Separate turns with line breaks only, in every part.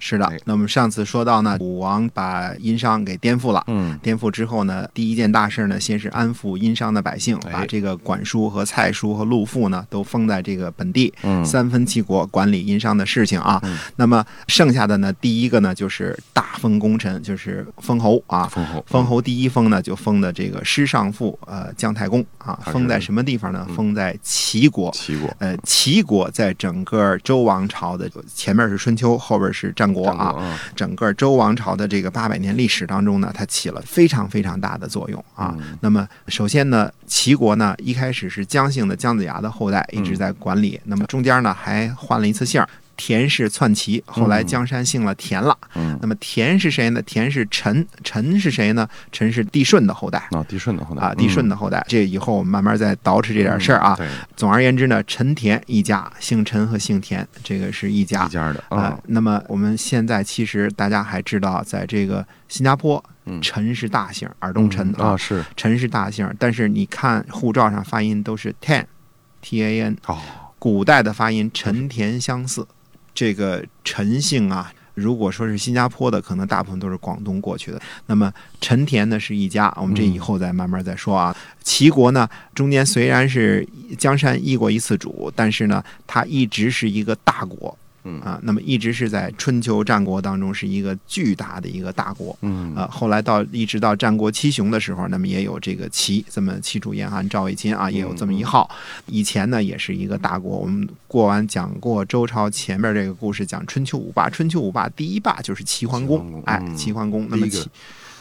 是的
哎，
那我们上次说到呢，武王把殷商给颠覆了。
嗯，
颠覆之后呢，第一件大事呢，先是安抚殷商的百姓，
哎
把这个管叔和蔡叔和陆父呢都封在这个本地，
嗯
三分齐国管理殷商的事情啊。
嗯
那么剩下的呢，第一个呢就是大封功臣，就是封侯啊。
封侯，
封侯第一封呢，就封的这个师尚父，呃，姜太公啊，
是
封在什么地方呢？
嗯
封在齐国。
齐国
呃，齐国在整个周王朝的前面是春秋，后边是战国啊。
战国啊，
整个周王朝的这个八百年历史当中呢，它起了非常非常大的作用啊。
嗯
那么首先呢，齐国呢一开始是姜姓的姜子牙的后代一
嗯
直在管理，那么中间呢还换了一次姓儿。田氏篡齐，后来江山姓了田了。
嗯
那么田是谁呢？田是陈，陈是谁呢？陈是帝舜的后代
啊，帝舜的后代
啊，帝舜
的
的后代。这以后我们慢慢再捯饬这点事儿啊。
对，
总而言之呢，陈田一家，姓陈和姓田，这个是一家
一。家的
啊、
啊，
那么我们现在其实大家还知道，在这个新加坡，
嗯
陈是大姓，尔东陈
啊，是
陈是大姓，但是你看护照上发音都是 tan。T A N，
哦，
古代的发音陈田相似，这个陈姓啊，如果说是新加坡的，可能大部分都是广东过去的。那么陈田呢是一家，
嗯
我们这以后再慢慢再说啊。齐国呢，中间虽然是江山易过一次主，但是呢，它一直是一个大国，
嗯
啊，那么一直是在春秋战国当中是一个巨大的一个大国。
嗯
呃，后来到一直到战国七雄的时候，那么也有这个齐，这么齐楚燕韩赵魏秦啊，
嗯
也有这么一号。以前呢，也是一个大国。我们过完讲过周朝前面这个故事，讲春秋五霸。春秋五霸第一霸就是齐桓
齐桓公
公，哎，
嗯
齐桓公。那
第
么
一个
齐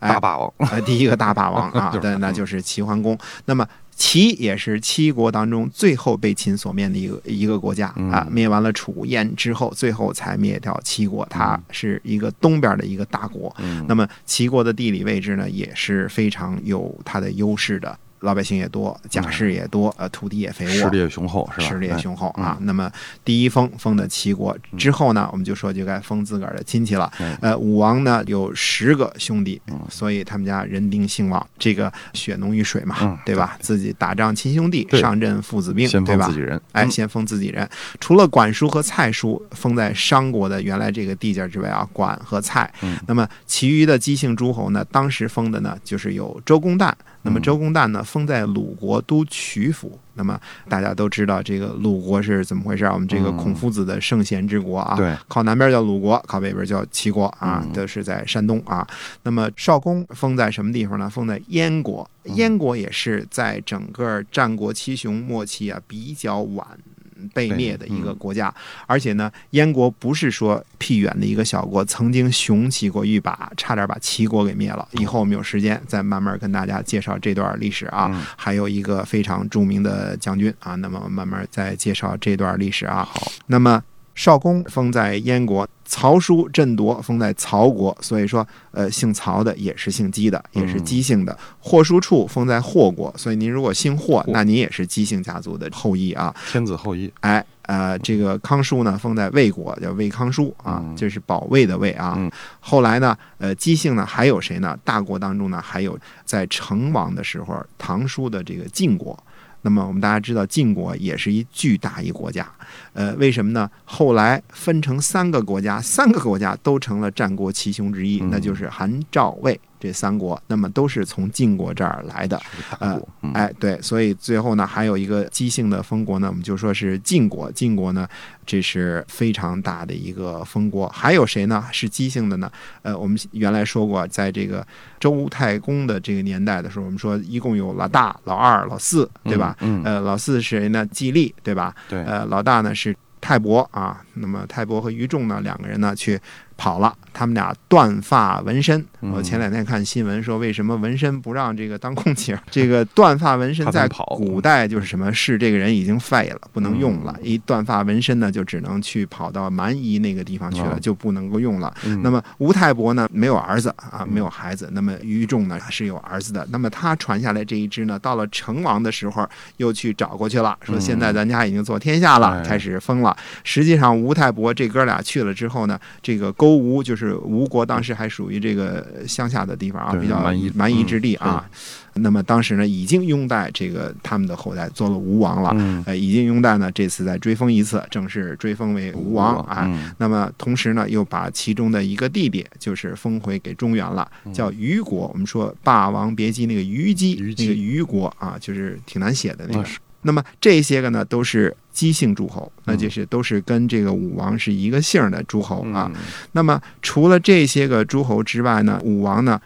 大霸王，
呃，第一个大霸 王啊
就，是嗯
对，那就是齐桓公。那么齐也是七国当中最后被秦所灭的一个一个国家啊
嗯，
灭完了楚燕之后，最后才灭掉齐国，它是一个东边的一个大国。
嗯
那么齐国的地理位置呢，也是非常有它的优势的，老百姓也多，甲士也多，呃，土地也肥
实
沃
力。也雄厚是吧？
实力也
哎嗯
雄厚啊！那么第一封封的齐国之后呢，我们就说就该封自个儿的亲戚了
哎。
呃，武王呢有十个兄弟
嗯，
所以他们家人丁兴旺，这个血浓于水嘛
嗯，
对吧？自己打仗亲兄弟，
对
上阵父子兵，
先
对
封
吧
自己？人，
哎，
嗯
先封自己人。除了管叔和蔡叔封在商国的原来这个地界儿之外啊，管和蔡。
嗯
那么其余的姬姓诸侯呢，当时封的呢就是有周公旦。那
嗯
么周公旦呢封在鲁国都曲阜。那么大家都知道这个鲁国是怎么回事儿？啊我们这个
嗯
孔夫子的圣贤之国啊，
对，
靠南边叫鲁国，靠北边叫齐国啊
哎嗯，
都是在山东啊。那么少公封在什么地方呢？封在燕国。燕国也是在整个战国七雄末期啊比较晚。被灭的一个国家，而且呢，燕国不是说僻远的一个小国，曾经雄起过一把，差点把齐国给灭了。以后我们有时间再慢慢跟大家介绍这段历史啊。
嗯
还有一个非常著名的将军啊，那么我们慢慢再介绍这段历史啊。
好，
那么少公封在燕国，曹叔郑铎封在曹国，所以说，呃，姓曹的也是姓姬的，
嗯
也是姬姓的。霍叔处封在霍国，所以您如果姓霍
霍，
那您也是姬姓家族的后裔啊。
天子后裔，
哎，呃，这个康叔呢封在魏国，叫魏康叔啊，
嗯
这是保卫的魏啊。
嗯
后来呢，呃，姬姓呢还有谁呢？大国当中呢还有在成王的时候，唐叔的这个晋国。那么我们大家知道，晋国也是一巨大一国家，呃，为什么呢？后来分成三个国家，三个国家都成了战国七雄之一，
嗯
那就是韩、赵、魏这三国，那么都是从晋国这儿来的。
是个大国，嗯，
哎，对，所以最后呢，还有一个姬姓的封国呢，我们就说是晋国。晋国呢，这是非常大的一个封国。还有谁呢？是姬姓的呢？呃，我们原来说过，在这个周太公的这个年代的时候，我们说一共有老大、老二、老四，对吧？
嗯？嗯，
呃，老四是谁呢？季历，对吧？
对，
呃，老大呢是泰伯啊，那么泰伯和于仲呢两个人呢去跑了，他们俩断发纹身，
嗯
我前两天看新闻说，为什么纹身不让这个当空姐儿？ 这个断发纹身
怕他
在
们跑
古代就是什么？是这个人已经废了，不能用了。
嗯
一断发纹身呢，就只能去跑到蛮夷那个地方去了，
哦
就不能够用了。
嗯
那么吴太伯呢，没有儿子啊，没有孩子。那么于仲呢是有儿子的。那么他传下来这一支呢，到了成王的时候又去找过去了，说
嗯
现在咱家已经做天下了，
哎
开始封了。实际上吴太伯这哥俩去了之后呢，这个勾吴就是吴国，当时还属于这个乡下的地方啊，
对
比较
蛮夷
蛮夷之地啊
嗯。
那么当时呢，已经拥戴这个他们的后代做了吴王了。
嗯，
呃，已经拥戴呢，这次再追封一次，正式追封为吴王啊。
嗯
那么同时呢，又把其中的一个弟弟，就是封回给中原了，叫虞国。我们说《霸王别姬》那个虞姬，
嗯虞姬
那个虞国啊，就是挺难写的那
那
个。
是嗯
那么这些个呢，都是姬姓诸侯，那就是都是跟这个武王是一个姓儿的诸侯啊。
嗯
那么除了这些个诸侯之外呢，武王呢。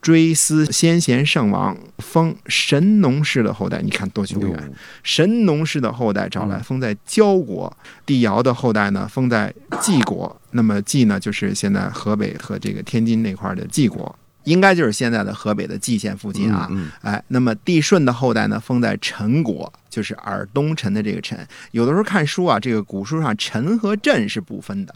追思先贤圣王，封神农氏的后代，你看多久啊远？神农氏的后代找来
嗯
封在交国，帝尧的后代呢封在晋国。那么晋呢，就是现在河北和这个天津那块儿的晋国，应该就是现在的河北的蓟县附近啊。
嗯
哎，那么帝舜的后代呢，封在陈国，就是尔东陈的这个陈。有的时候看书啊，这个古书上陈和镇是不分的。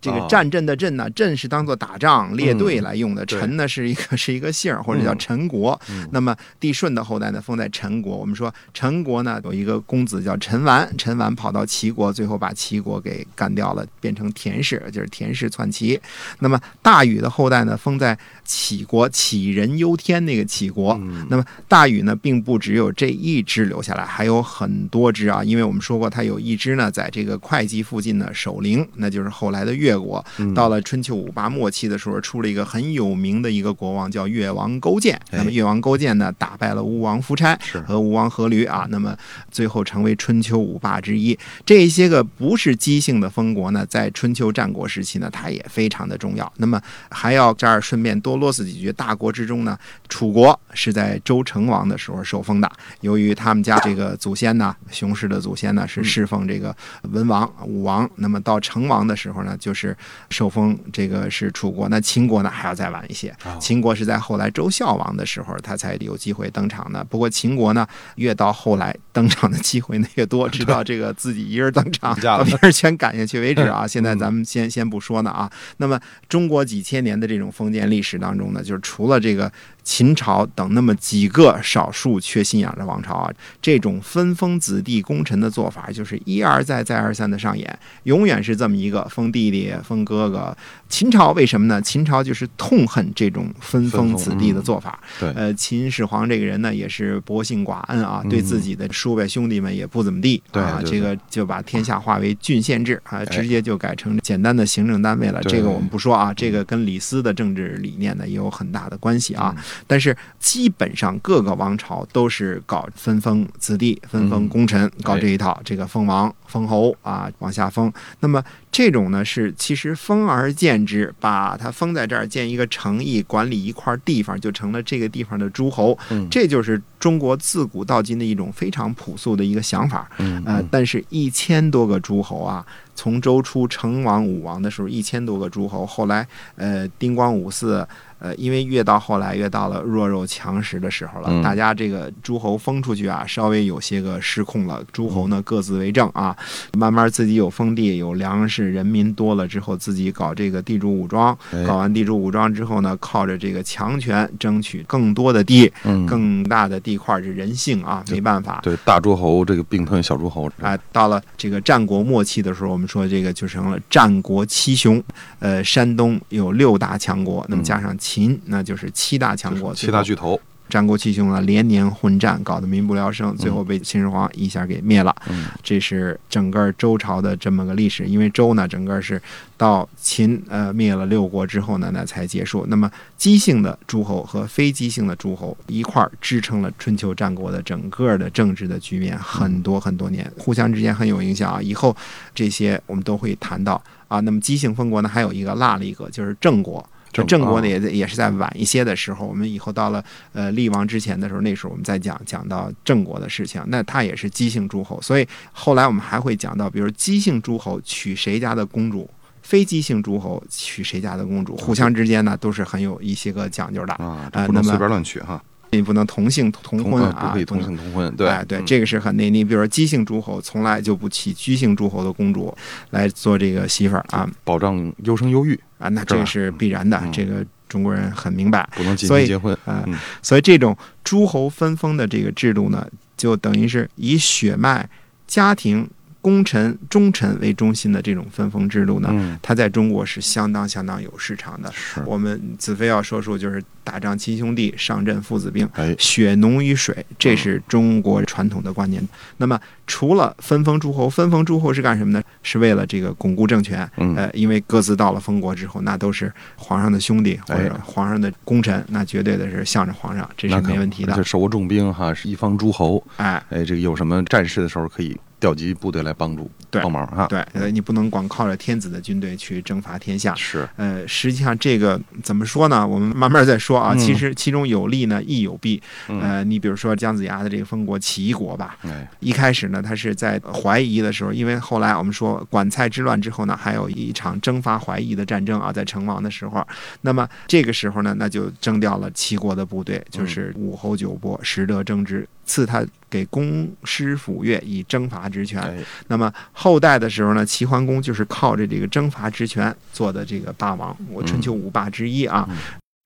这个
哦
战阵的阵呢，阵是当做打仗列队来用的，
嗯对
陈呢是一个 是一个姓儿或者叫
嗯
陈国。
嗯
那么帝舜的后代呢，封在陈国。我们说陈国呢有一个公子叫陈完，陈完跑到齐国，最后把齐国给干掉了，变成田氏，就是田氏篡齐。那么大禹的后代呢，封在杞国，杞人忧天那个杞国。
嗯
那么大禹呢，并不只有这一支留下来，还有很多支啊，因为我们说过，它有一支呢，在这个会稽附近呢守陵，那就是后来的越国。
嗯
到了春秋五霸末期的时候，出了一个很有名的一个国王，叫越王勾践。
哎
那么越王勾践呢，打败了吴王夫差
是
和吴王阖闾啊，那么最后成为春秋五霸之一。这些个不是姬姓的封国呢，在春秋战国时期呢，它也非常的重要。那么还要这儿顺便多啰嗦几句，大国之中呢，楚国是在周成王的时候受封的。由于他们家这个祖先呢，熊氏的祖先呢是侍奉这个文王、武王，那么到成王的时候呢，就是受封这个是楚国。那秦国呢还要再晚一些
哦，
秦国是在后来周孝王的时候，他才有机会登场的。不过秦国呢，越到后来登场的机会呢越多，直到这个自己一人登场，
涨价了
把别人全赶下去为止啊。现在咱们先先不说呢啊。那么中国几千年的这种封建历史当中呢，就是除了这个秦朝等那么几个少数缺信仰的王朝啊，这种分封子弟功臣的做法，就是一而再再而三的上演，永远是这么一个封弟弟、封哥哥。秦朝为什么呢？秦朝就是痛恨这种分封子弟的做法。
分封嗯
呃，秦始皇这个人呢，也是薄幸寡恩啊，对自己的叔伯兄弟们也不怎么地、
嗯对
啊，
对哎
这个就把天下划为郡县制啊，直接就改成简单的行政单位了。
对嗯
这个我们不说啊，这个跟李斯的政治理念呢也有很大的关系
嗯
啊。但是基本上各个王朝都是搞分封子弟、分
嗯
封功臣，搞这一套，这个封王、封侯啊，往下封。那么这种呢是其实封而建之，把它封在这儿建一个城邑，管理一块地方，就成了这个地方的诸侯。
嗯
这就是中国自古到今的一种非常朴素的一个想法。
嗯
呃
嗯，
但是一千多个诸侯啊，从周初成王、武王的时候，一千多个诸侯，后来呃丁光五四，呃，因为越到后来越到了弱肉强食的时候了，
嗯
大家这个诸侯封出去啊，稍微有些个失控了，诸侯
嗯
呢各自为政啊，慢慢自己有封地、有粮食，人民多了之后，自己搞这个地主武装，
哎
搞完地主武装之后呢，靠着这个强权争取更多的地、
嗯
更大的地块儿，是人性啊，没办法。
对大诸侯这个并吞小诸侯
啊，到了这个战国末期的时候，我们说这个就成了战国七雄。呃，山东有六大强国，那么
嗯
加上秦，那就是七大强国。
七
最
大
后
巨头，
战国七雄呢，连年混战，搞得民不聊生，最后被秦始皇一下给灭了。
嗯
这是整个周朝的这么个历史。因为周呢，整个是到秦呃灭了六国之后呢，那才结束。那么姬姓的诸侯和非姬姓的诸侯一块儿支撑了春秋战国的整个的政治的局面很多很多年，互相之间很有影响啊。以后这些我们都会谈到啊。那么姬姓封国呢，还有一个落了一个就是郑国。
郑
郑国
啊
呢也在也是在晚一些的时候，我们以后到了呃厉王之前的时候，那时候我们再讲讲到郑国的事情，那他也是姬姓诸侯，所以后来我们还会讲到，比如姬姓诸侯娶谁家的公主。非姬姓诸侯娶谁家的公主，互相之间呢都是很有一些个讲究的
啊，
啊
这不
那么
能随便乱取哈，
你不能同姓同
同
婚
呃
啊，
不可以
不
同
能
姓同婚，对
哎，对，
嗯
这个是很内。你比如说，姬姓诸侯从来就不娶姬姓诸侯的公主来做这个媳妇儿啊
保障优生优育，
啊，那这个是必然的
嗯，
这个中国人很明白。
不能近
所
亲
以
结婚，
啊
嗯，
所以这种诸侯分封的这个制度呢，就等于是以血脉、家庭、功臣、忠臣为中心的这种分封制度呢，
嗯
它在中国是相当相当有市场的。
是，
我们子非要说出就是打仗亲兄弟，上阵父子兵，
哎，
血浓于水，这是中国传统的观念。那么，除了分封诸侯，分封诸侯是干什么呢？是为了这个巩固政权。
嗯，
呃，因为各自到了封国之后，那都是皇上的兄弟或
哎
者皇上的功臣，那绝对的是向着皇上，这
那
是
可
没问题
而且
的。
手握重兵哈，是一方诸侯，
哎，
哎，这个有什么战事的时候可以调集部队来帮助
对
帮忙哈，，
对，呃，你不能光靠着天子的军队去征伐天下。
是，
呃，实际上这个怎么说呢？我们慢慢再说啊。
嗯
其实其中有利呢，亦有弊。
嗯，
呃，你比如说姜子牙的这个封国齐国吧，
哎，
一开始呢，他是在怀疑的时候，因为后来我们说管蔡之乱之后呢，还有一场征伐怀疑的战争啊，在成王的时候，那么这个时候呢，那就征调了齐国的部队，就是
嗯
武侯九伯，实得征之，赐他给公师府乐以征伐之权。
哎，
那么后代的时候呢，齐桓公就是靠着这个征伐之权做的这个霸王，我春秋五霸之一啊。
嗯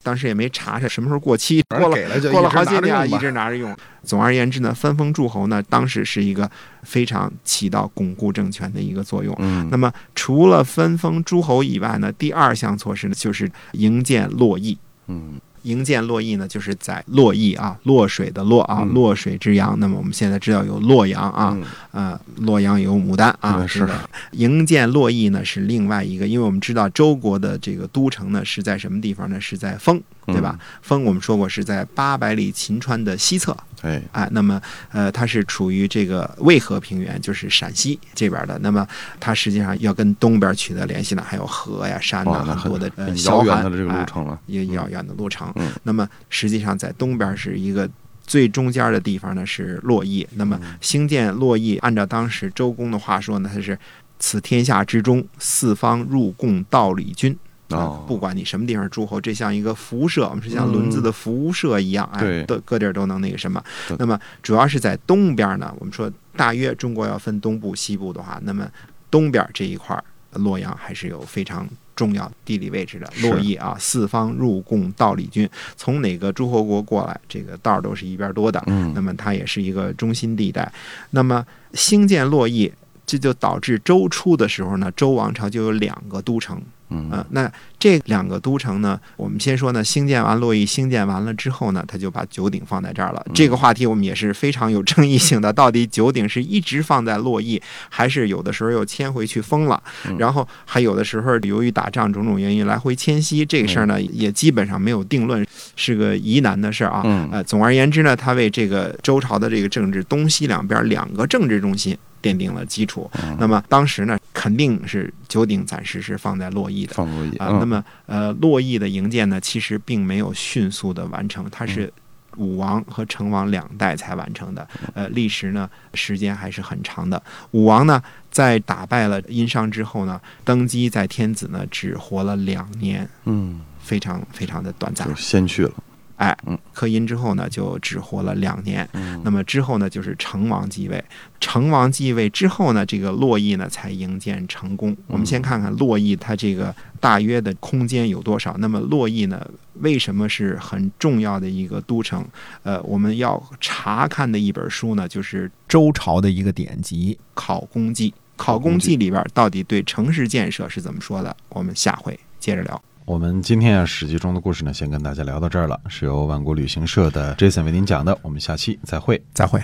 当时也没查查什么时候过期，
反
过
正
了
给了就
过了
一直
好几
拿着
年啊，一
用吧
直拿着用。总而言之呢，分封诸侯呢，当时是一个非常起到巩固政权的一个作用。
嗯，
那么除了分封诸侯以外呢，第二项措施呢就是营建洛邑。
嗯，
营建洛邑呢，就是在洛邑啊，洛水的洛啊，
嗯
洛水之阳。那么我们现在知道有洛阳啊，
嗯，
啊，洛阳有牡丹啊
嗯，
这个营建洛邑呢是另外一个，因为我们知道周国的这个都城呢是在什么地方呢？是在丰，
嗯
对吧？丰我们说过是在八百里秦川的西侧，
嗯？哎，
啊，那么呃，它是处于这个渭河平原，就是陕西这边的。那么它实际上要跟东边取得联系呢，还有河呀、山呐、
哦那
很多的
很
呃
遥
小
远
寒
的这个
哎
路程了，
也遥远的路程。
嗯
那么实际上在东边是一个最中间的地方呢是洛邑。那么兴建洛邑，按照当时周公的话说呢，他是此天下之中，四方入贡道理君。
哦
啊，不管你什么地方是诸侯，这像一个辐射，我们是像轮子的辐射一样，
对
哎，各各地儿都能那个什么
对。
那么主要是在东边呢，我们说大约中国要分东部、西部的话，那么东边这一块儿，洛阳还是有非常重要地理位置的。
是
洛邑啊，四方入贡道理郡，从哪个诸侯国过来，这个道儿都是一边多的。
嗯
那，么它也是一个中心地带。那么兴建洛邑，这就导致周初的时候呢，周王朝就有两个都城。
嗯
呃，那这两个都城呢，我们先说呢，兴建完洛邑，兴建完了之后呢，他就把九鼎放在这儿了。这个话题我们也是非常有争议性的，到底九鼎是一直放在洛邑，还是有的时候又迁回去封了？然后还有的时候由于打仗种种原因来回迁徙，这个事儿呢也基本上没有定论，是个疑难的事儿啊。
嗯
呃，总而言之呢，他为这个周朝的这个政治东西两边两个政治中心奠定了基础。
嗯
那么当时呢，肯定是九鼎暂时是放在洛邑的。
放嗯过一，
啊，那么呃，洛邑的营建呢，其实并没有迅速的完成，它是武王和成王两代才完成的，呃，历时呢时间还是很长的。武王呢，在打败了殷商之后呢，登基在天子呢，只活了两年，
嗯，
非常非常的短暂
就。先去了，
克殷之后呢，就只活了两年。
嗯
那么之后呢，就是成王继位。成王继位之后呢，这个洛邑呢才营建成功。我们先看看洛邑它这个大约的空间有多少。那么洛邑呢，为什么是很重要的一个都城？呃，我们要查看的一本书呢，就是《
周朝的一个典籍。
考公记》。《考公记》里边到底对城市建设是怎么说的？我们下回接着聊。
我们今天啊《史记》中的故事呢，先跟大家聊到这儿了，是由万国旅行社的 Jason 为您讲的，我们下期再会。
再会。